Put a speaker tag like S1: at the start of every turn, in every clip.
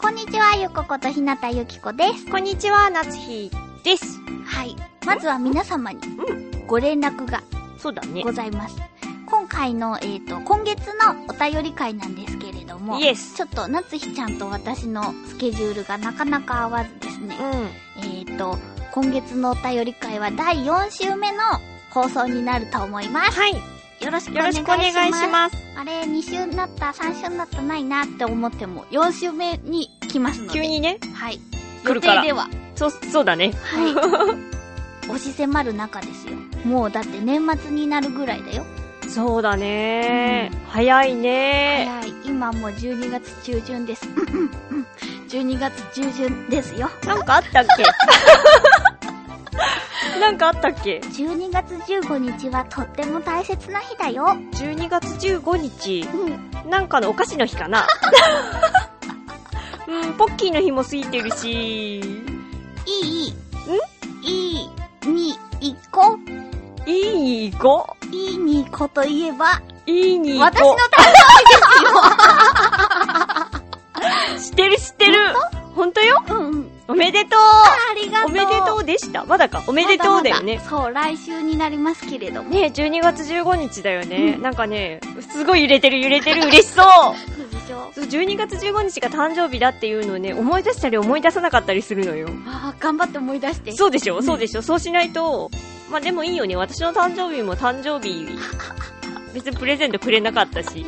S1: こんにちはゆこことひなたゆきこです
S2: こんにちは、夏日です。
S1: はいまずは皆様にご連絡が
S2: そうだね
S1: ご。ざいます。今回の、えっ、と、今月のお便り会なんですけれども、
S2: イエス
S1: ちょっと、夏日ちゃんと私のスケジュールがなかなか合わずですね
S2: う、ん。
S1: えっ、と、今月のお便り会は第4週目の放送になると思います。
S2: はい。
S1: よろしくお願
S2: よろ
S1: いし
S2: しくお
S1: ます。
S2: 願いします。
S1: あれ、2週になった、3週になった、ないなって思っても、4週目に来ますので、
S2: 急にね。
S1: はい。
S2: 来るから
S1: 予定では、
S2: そう、そうだね。
S1: はい。押し迫る中ですよ。もうだって年末になるぐらいだよ。
S2: そうだね
S1: う。
S2: 早いね。
S1: 早い今もう12月中旬です 12月中旬ですよ
S2: なんかあったっ けなんかあったっけ
S1: 12月15日はとっても大切な日だよ
S2: ?12 月15日、
S1: うん
S2: なんかのお菓子の日 かな。うん、ポッキーの日も過ぎてるし、
S1: いいいいに行こ
S2: いい子
S1: いいに行こうといえば
S2: いいに行
S1: 私の
S2: こ
S1: 誕生
S2: う。知ってる知ってる。本当よ
S1: 日うんうん
S2: おめでとう
S1: ありがとう
S2: おめでとうでしたまだかおめでとうだよね。
S1: ままそう来週になりますけれども
S2: ねえ、12月15日だよね。
S1: うん
S2: なんかね、すごい揺れてる揺れてる嬉しそう
S1: 不時着
S2: そう !12 月15日が誕生日だっていうのをね、思い出したり思い出さなかったりするのよ。
S1: あー頑張って思い出して
S2: そうでしょ
S1: ん
S2: そうでしょそうしないと、まあでもいいよね。私の誕生日も誕生日、別にプレゼントくれなかったし。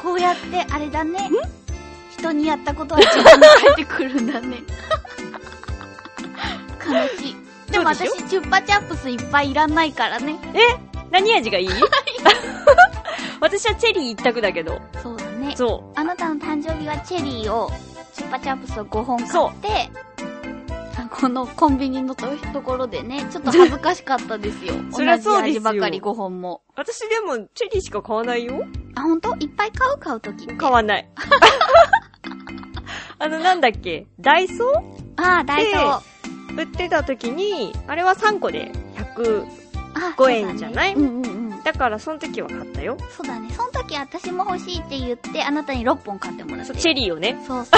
S1: こうやってあれだね人にやったことは自分に返ってくるん だね悲しいでも
S2: そう
S1: 私
S2: で
S1: チュッパチャップスいっぱいいらないからね
S2: 何味が いい私はチェリー一択だけど。
S1: そうだね
S2: そ
S1: あなたの誕生日はチェリーをチュッパチャップスを5本買ってこのコンビニのところでねちょっと恥ずかしかったです よ
S2: そりゃそう
S1: 同
S2: です
S1: じ
S2: よ
S1: 味ばかり5本も
S2: う。私でもチェリーしか買わないよ。
S1: あ本当いっぱい買う買うときって
S2: 買わない。 あの、なんだっけ、ダイソー
S1: ああダイソーあ
S2: 売ってた時に、あれは3個で100。
S1: そう
S2: 5
S1: だね
S2: 円じゃない
S1: うんうんうん
S2: だから、その時は買ったよ。
S1: そうだねその時私も欲しいって言ってあなたに6本買ってもらって
S2: そうチェリーをね。
S1: そうそ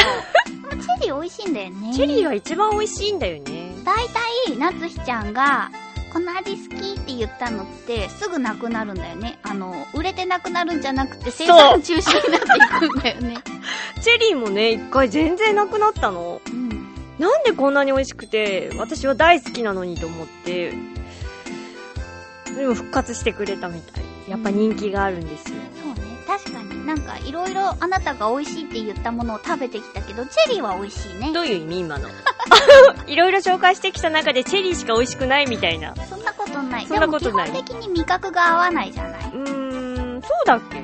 S1: う。でもチェリー美味しいんだよね。
S2: チェリーは一番美味しいんだよね。
S1: 大体、夏日ちゃんが、この味好きって言ったのって、すぐなくなるんだよね。あの、売れてなくなるんじゃなくて、生産中止になっていくんだよね。
S2: チェリーもね、一回全然なくなったの。
S1: うん。
S2: なんでこんなに美味しくて、私は大好きなのにと思って、でも復活してくれたみたい。やっぱ人気があるんですよ。
S1: そうね。確かになんか、いろいろあなたが美味しいって言ったものを食べてきたけど、チェリーは美味しいね。
S2: どういう意味今の。 いろいろ紹介してきた中でチェリーしか美味しくないみたいな。
S1: そんなことない。
S2: そんなことない
S1: でも基本的に味覚が合わないじゃないう
S2: ーん、そうだっけ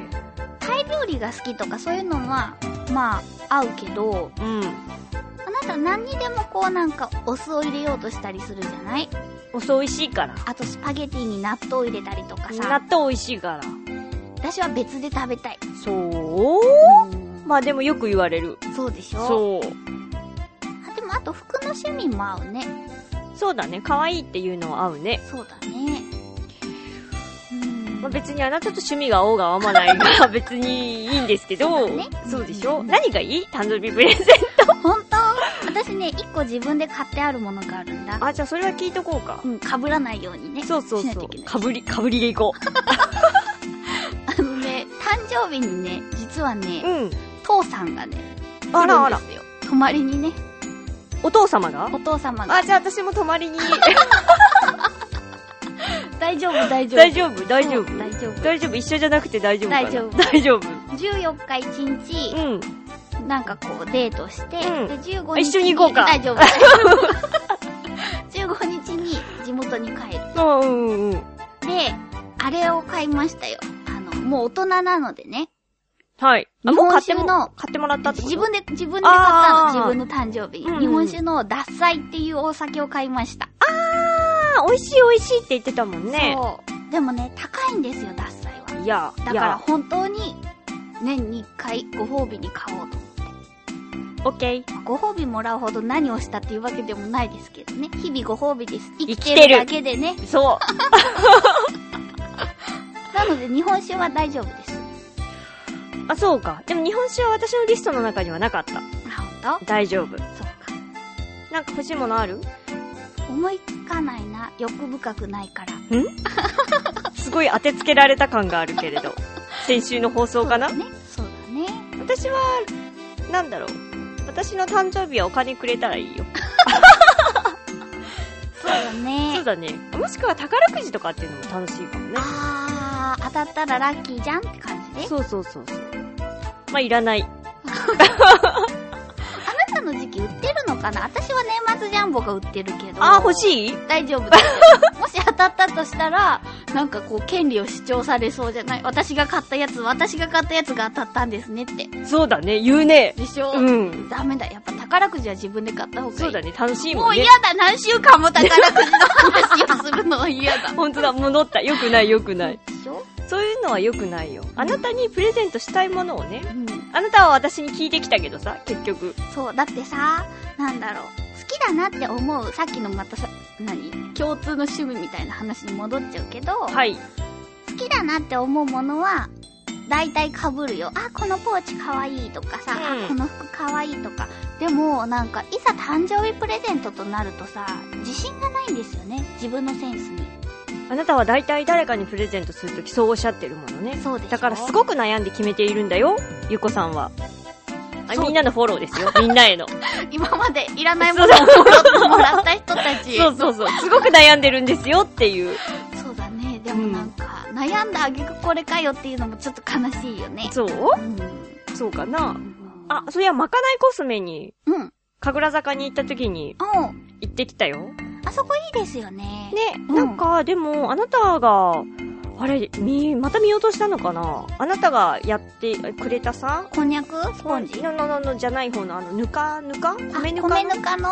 S1: タイ料理が好きとかそういうのは、まあ、合うけど、
S2: うん。
S1: あなた何にでもこうなんかお酢を入れようとしたりするじゃない
S2: お酢美味しいから。
S1: あとスパゲティに納豆入れたりとか
S2: 納
S1: さ
S2: 豆美味しいから。
S1: 私は別で食べたい
S2: そう
S1: ま
S2: まあでもよく言われる。
S1: そうでしょ
S2: そう。
S1: あでもあと服の趣味も合うね
S2: そうだね。可愛いっていうのは合うね。
S1: そうだねうん
S2: まあ、別にあなたと趣味が合うが合わない が別にいいんですけど。
S1: そうだね
S2: そうでしょ、
S1: うん
S2: 何がいい誕生日プレゼン
S1: 本当私ね一個自分で買ってあるものがあるんだ
S2: ト。あ、じゃあそれは聞いとこうか
S1: う。んかぶらないようにね
S2: そうそう
S1: しない
S2: そ
S1: といけ
S2: う。
S1: ない
S2: かぶり、かぶりでいこ
S1: あのね誕生日にね実はね
S2: う。うん。
S1: 父さんがね
S2: あらあら
S1: 来る。んですよ泊まりにね
S2: お父様が
S1: お父様が
S2: あ、じゃあ私も泊まりに。
S1: 大丈夫大丈夫
S2: 大丈夫、大丈夫
S1: う。ん大丈夫
S2: 大丈夫、一緒じゃなくて大丈夫かな
S1: 大丈夫
S2: 大丈夫。
S1: 14日1日、
S2: うん。
S1: なんかこうデートして、
S2: うん
S1: で15
S2: あ
S1: 日に
S2: 一緒に行こうか
S1: 大丈夫 15日に地元に帰る
S2: あうんうんうん。
S1: であれを帰ーなのでね、
S2: はい。あ、
S1: 日
S2: もう買
S1: 本
S2: って
S1: 酒
S2: も、
S1: の
S2: 買ってもらったってこと
S1: 自分で、自分で買ったの、
S2: あー
S1: 自分の誕生日
S2: うんうん
S1: に。日本酒の獺祭っていうお酒を買いました。
S2: あー、美味しい美味しいって言ってたもんね。
S1: そう。でもね、高いんですよ、獺祭は。
S2: いや、
S1: だ
S2: い
S1: から
S2: や、
S1: 本当に、年に1回ご褒美に買おうと。
S2: オッケー。
S1: ご褒美もらうほど何をしたっていうわけでもないですけどね。日々ご褒美です。生き
S2: 生きて
S1: て
S2: る
S1: るだけでね。
S2: そう。
S1: なので日本酒は大丈夫です。
S2: あ、そうか。でも日本酒は私のリストの中にはなかった。
S1: あ、ほんと
S2: 大丈夫。
S1: そうか。
S2: なんか欲しいものある
S1: 思いつかないな。欲深くないから。
S2: すごい当てつけられた感があるけ れど。先週の放送かな
S1: そうだね。そうだね。
S2: 私は、なんだろう。私の誕生日はお金くれたらいいよ。
S1: そうだ
S2: そう
S1: ね。
S2: だね。もしくは宝くじとかっていうのも楽しいかもね。
S1: あー、当たったらラッキーじゃんって感じで。
S2: そうそうそうそう。まあ、いらない。
S1: あなたの時期売ってるのかな私は年末ジャンボが売ってるけど。
S2: あー、欲
S1: い。
S2: しい
S1: 大丈 夫ですもし当たったとしたら、なんかこう、権利を主張されそうじゃない私が買ったやつ、私が買ったやつが当たったんですねって。
S2: そうだね。言うね。
S1: でしょ、
S2: うん。
S1: ダメだ。やっぱ宝くじは自分で買った方がいい。
S2: そうだね。楽しい
S1: も
S2: も
S1: うん
S2: ね
S1: 嫌。だ。何週間も宝くじの話をするのは嫌だ。
S2: 本当だ。戻った。良くない良くない。
S1: でしょ
S2: そういうのは良くないよ。あなたにプレゼントしたいものをね。
S1: うん。
S2: あなたは私に聞いてきたけどさ、結局。
S1: そう。だってさ、なんだろう。好きだなって思う、さっきのまたさ、何共通の趣味みたいな話に戻っちゃうけど、
S2: はい。
S1: 好きだなって思うものは、大体被るよ。あ、このポーチかわいいとかさ、
S2: うん
S1: あ、この服かわいいとか。でも、なんか、いざ誕生日プレゼントとなるとさ、自信がないんですよね。自分のセンスに。
S2: あなたは大体誰かにプレゼントするときそうおっしゃってるものね。
S1: そうでしょ
S2: だからすごく悩んで決めているんだよ、ゆこさんは。あ
S1: そう
S2: みんなのフォローですよ。 みんなへの。
S1: 今までいらないものを取ってもらった人たち。
S2: そうそうそう。すごく悩んでるんですよっていう。
S1: そうだね。でもなんか、悩んだあげくこれかよっていうのもちょっと悲しいよね。
S2: そう
S1: うん。
S2: そうかな
S1: う。ん
S2: あ、、そういや、まかないコスメに、
S1: うん。うん。
S2: 神楽坂に行ったときに行ってきたよ。
S1: あそこいいですよね。
S2: ね、
S1: うん
S2: なんか、でも、あなたが、あれ、み、また見落としたのかなあなたがやってくれたさ、
S1: こんにゃくスポンジ
S2: ののののじゃない方のあの、ぬか、ぬか
S1: あ
S2: 米ぬか
S1: 米
S2: の
S1: ぬかの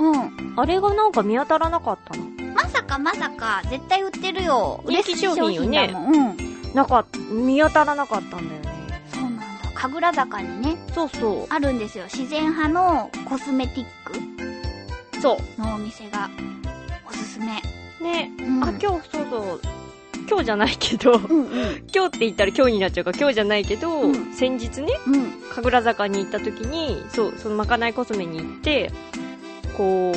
S1: うん。
S2: あれがなんか見当たらなかったの。
S1: まさかまさか、絶対売ってるよ。
S2: 人気商品よね
S1: 嬉しい商品だもん。うん。
S2: なんか、見当たらなかったんだよね。
S1: そうなんだ。神楽坂にね、
S2: そうそ
S1: あるんですよ。自然派のコスメティッ
S2: う。そ
S1: クのお店が、おすすめ。
S2: う。ね。
S1: うん、
S2: あ、今日、そうそう。今日じゃないけど、
S1: う んうん。
S2: 今日って言ったら今日になっちゃうから今日じゃないけど、
S1: うん
S2: 先日ね、
S1: うん。
S2: 神楽坂に行った時に、そう、そのまかないコスメに行って、こう、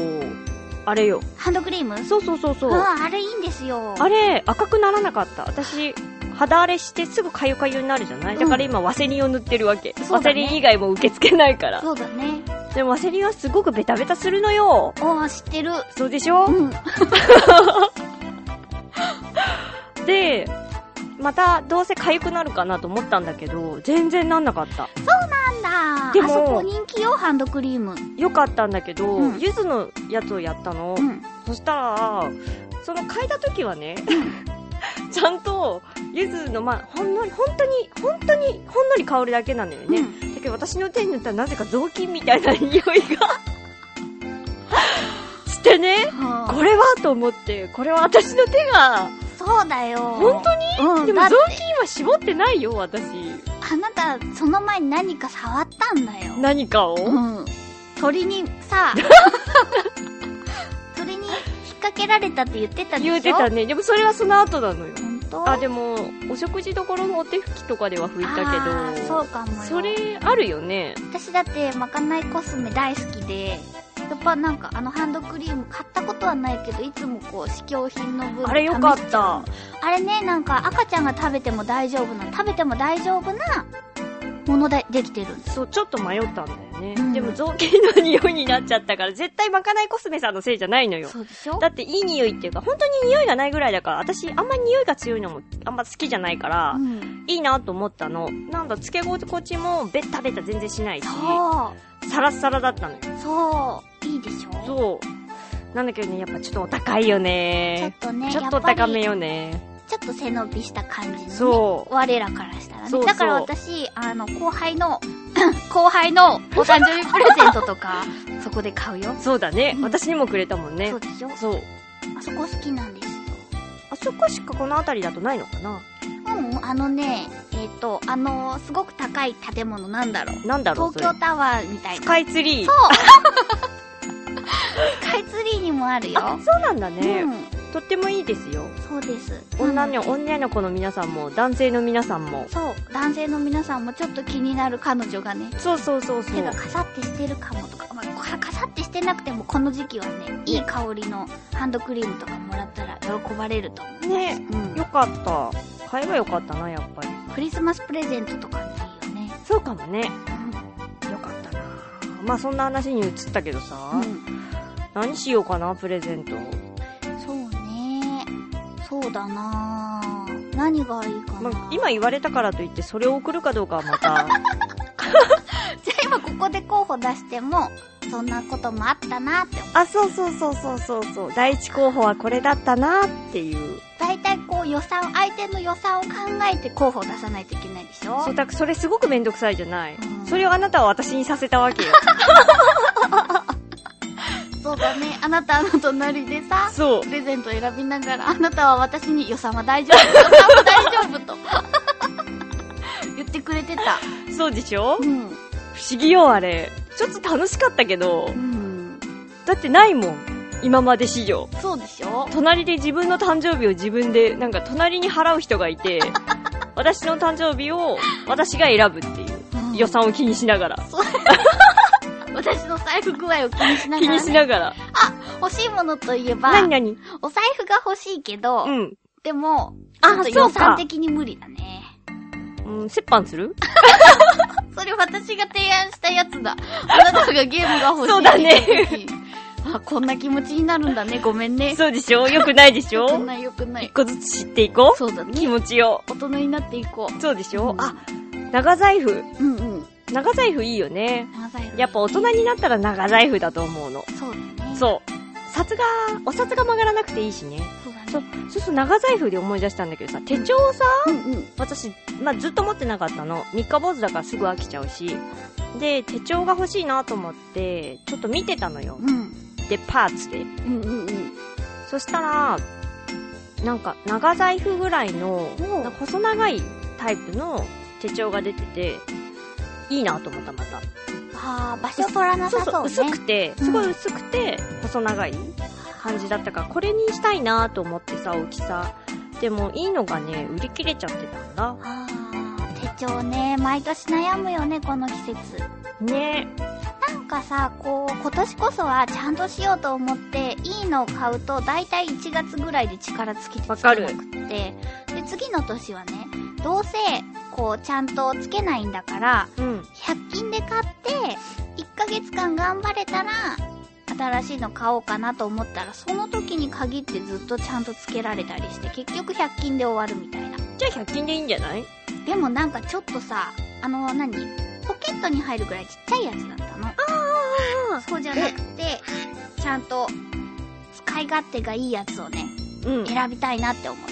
S2: あれよ。
S1: ハンドクリーム
S2: そうそうそうそう。
S1: ああれいいんですよ。
S2: あれ、赤くならなかった。私、肌荒れしてすぐかゆかゆになるじゃない、だから今、ワセリンを塗ってるわけ。
S1: そ
S2: ワ
S1: うだね
S2: セリン以外も受け付けないから。
S1: そうだね。
S2: でも、ワセリンはすごくベタベタするのよ。
S1: おー、知ってる。
S2: そうでしょ、
S1: うん。
S2: で、また、どうせかゆくなるかなと思ったんだけど、全然なんなかっ
S1: な
S2: た。
S1: んだ。
S2: で
S1: あ
S2: も
S1: そこ人気よ、ハンドクリーム。
S2: よかったんだけど、
S1: うん
S2: 柚子のやつをやったの。
S1: うん。
S2: そしたら、その嗅いだ時はね、 ちゃんと、柚子の、まあ、ほんのり、本当に、本当に、ほんのり香るだけなのよね。
S1: うん
S2: だけど私の手に塗ったらなぜか雑巾みたいな匂いがしてね、
S1: は
S2: これはと思って、これは私の手が、
S1: あそうだよ。
S2: 本当に
S1: 当うん。
S2: でも
S1: だ
S2: 雑
S1: って、
S2: 巾は絞ってないよ、私。
S1: あなた、その前に何か触ったんだよ。
S2: 何かを。
S1: うん。鳥に、 さ、鳥に引っ掛けられたって言ってたでしょ
S2: 言うてたね。でもそれはその後なのよ。
S1: 本当
S2: あ、でも、お食事どころのお手拭きとかでは拭い
S1: あ
S2: たけ
S1: ー
S2: ど、
S1: そうかもよ。
S2: それあるよね。
S1: 私だってまかないコスメ大好きでやっぱなんかあのハンドクリーム買ったことはないけどいつもこう試供品の分
S2: あれよかっ
S1: 試しちゃ
S2: た
S1: う。あれねなんか赤ちゃんが食べても大丈夫な食べても大丈夫なものでできてるんです
S2: そう、ちょっと迷ったんだよね。
S1: うん
S2: でも雑巾の匂いになっちゃったから、絶対まかないコスメさんのせいじゃないのよ。
S1: そうでしょ
S2: だっていい匂いっていうか、本当に匂いがないぐらいだから、私あんまり匂いが強いのもあんま好きじゃないから
S1: う、ん
S2: いいなと思ったの。なんだ、漬け心地もベタベタ全然しないし、
S1: そ
S2: サラッサラだったのよ。
S1: うそういいでしょ
S2: そう。なんだけどね、やっぱちょっとお高い
S1: ちょ
S2: よ
S1: っ
S2: ね。
S1: とね
S2: ちょっ
S1: や
S2: とお
S1: ぱり
S2: 高めよね。
S1: ちょっと背伸びした感じの、ね、
S2: そ
S1: 我らからしたらね。
S2: そうそう
S1: だから私、あの、後輩の、 後輩のお誕生日プレゼントとか、 そこで買うよ
S2: う。。そうだね。
S1: うん
S2: 私にもくれたもんね
S1: そう。でしょ
S2: そう。
S1: あそこ好きなんですよ。
S2: あそこしかこの辺りだとないのかな
S1: うん、あのね、えっ、と、あの、すごく高い建物なんだろう。
S2: なんだろ
S1: 東
S2: うそれ
S1: 京。タワーみたい
S2: ス
S1: な。
S2: カイツリー。
S1: スカイツリーにもあるよ。
S2: あ、そうなんだね
S1: う。ん、
S2: とってもいいですよ。
S1: そうです。
S2: 女
S1: な
S2: の、
S1: ので
S2: 女の子の皆さんも、男性の皆さんも。
S1: そう、男性の皆さんもちょっと気になる彼女がね、
S2: そうそうそうそ
S1: 手が
S2: う。
S1: カサってしてるかもとか、まあ、かカサってしてなくてもこの時期はね、いい香りのハンドクリームとかもらったら喜ばれると思
S2: ね、
S1: う。うん。
S2: よかった。買えばよかったな、やっぱり。
S1: クリスマスプレゼントとかっていいよね。
S2: そうかもね。よかったな。まあそんな話に移ったけどさ、
S1: うん。
S2: 何しようかな、プレゼント。
S1: そうね。そうだなぁ何がいいかな、
S2: まあ、今言われたからといって、それを送るかどうかはまた、
S1: じゃあ今ここで候補出しても、そんなこともあったなって思う。
S2: あ、そうそうそうそうそうそう、第一候補はこれだったなっていう。
S1: 大体こう予算、相手の予算を考えて候補出さないといけないでしょ
S2: そう、だからそれすごくめんどくさいじゃない。
S1: うん
S2: それをあなたは私にさせたわけよ。
S1: そうだね。あなたの隣でさ、
S2: そう
S1: プ。レゼントを選びながら、あなたは私に予算は大丈夫、予算は大丈夫と。 言ってくれてた。
S2: そうでしょ不
S1: ん。
S2: 思議よ、あれ。ちょっと楽しかったけど
S1: う、ん。
S2: だってないもん。今まで史上。
S1: そうでしょ
S2: 隣で自分の誕生日を自分で、なんか隣に払う人が いて、私の誕生日を私が選ぶっていう。
S1: うん
S2: 予算を気にしながら。
S1: 私の財布具合を気にしなが
S2: 気
S1: ら、ね。
S2: にしながら。
S1: 欲しいものといえば、
S2: なになに
S1: お財布が欲しいけど、
S2: うん。
S1: でも、ち
S2: あ
S1: ょっと予算的に無理だね。
S2: うん、折半する
S1: それ私が提案したやつだ。あなたがゲームが欲しい。
S2: そうだね。
S1: あ、こんな気持ちになるんだね。ごめんね。
S2: そうでしょよくないで し
S1: よ
S2: ょ
S1: くないよくな
S2: 一
S1: い。
S2: 個ずつ知っていこ
S1: そうだ
S2: う。気
S1: ね。
S2: 持ちを。
S1: 大人になっていこ
S2: そうでしょ、
S1: うん
S2: あ、長財布。
S1: う。うんうん。
S2: 長財布いいよね。
S1: 長財布
S2: やっぱ大人になったら長財布だと思うの。
S1: そうだね。
S2: そう。札が、お札が曲がらなくていいしね。
S1: そうだね。
S2: そう、そうそう、長財布で思い出したんだけどさ、手帳をさ、
S1: うんうん。
S2: 私、まあ、ずっと持ってなかったの。三日坊主だからすぐ飽きちゃうし。で、手帳が欲しいなと思って、ちょっと見てたのよ。
S1: うん。
S2: で、パーツで。
S1: うんうんうん。
S2: そしたら、なんか、長財布ぐらいの、
S1: おう
S2: なんか細長いタイプの手帳が出てて、いいなと思った、また。
S1: あー、場所取らなさそうね。
S2: 薄くて、
S1: うん
S2: すごい薄くて、細長い感じだったから、これにしたいなと思ってさ、大きさ。でも、いいのがね、売り切れちゃってたんだ。
S1: あー、手帳ね、毎年悩むよね、この季節。
S2: ね
S1: なんかさ、こう、今年こそはちゃんとしようと思って、いいのを買うと、だいたい1月ぐらいで力尽きて
S2: わ
S1: つけ
S2: か
S1: な
S2: る
S1: くって、で、次の年はね、どうせ、こう、ちゃんとつけないんだから、
S2: うん。
S1: 100均で買って、1ヶ月間頑張れたら、新しいの買おうかなと思ったら、その時に限ってずっとちゃんとつけられたりして、結局100均で終わるみたいな。
S2: じゃあ100均でいいんじゃない
S1: でもなんかちょっとさ、あの何、ポケットに入るぐらいちっちゃいやつだったの。あ
S2: ああ
S1: そうじゃなくて、ちゃんと、使い勝手がいいやつをね、
S2: うん。書
S1: 選びたいなって思って。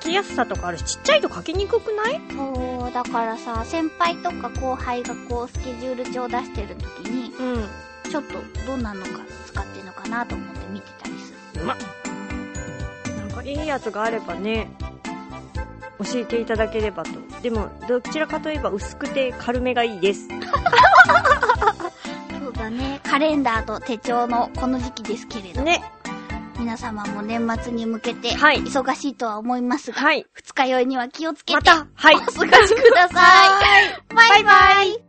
S2: きやすさとかあるし、ちっちゃいと書きにくくない
S1: そう、だからさ、先輩とか後輩がこう、スケジュール帳出してる時に、
S2: うん。
S1: ちょっとどんなのか使ってんのかなと思って見てたりする。
S2: うまっなんかいいやつがあればね、教えていただければと。でも、どちらかといえば薄くて軽めがいいです。
S1: そうだね。カレンダーと手帳のこの時期ですけれど、
S2: ね。
S1: 皆様も年末に向けて、
S2: はい
S1: 忙しいとは思いますが、
S2: はい。
S1: 二日酔いには気をつけて、
S2: また、はい
S1: お。過ごしください。バイバイ。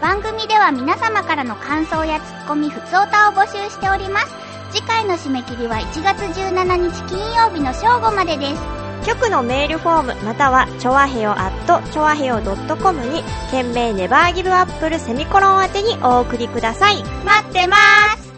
S1: 番組では皆様からの感想やツッコミ、ふつおたを募集しております。次回の締め切りは1月17日金曜日の正午までです。
S2: 局のメールフォームまたはチョアヘオアットチョアヘオ .com に件名ネバーギブアップルセミコロン宛てにお送りください。
S1: 待ってます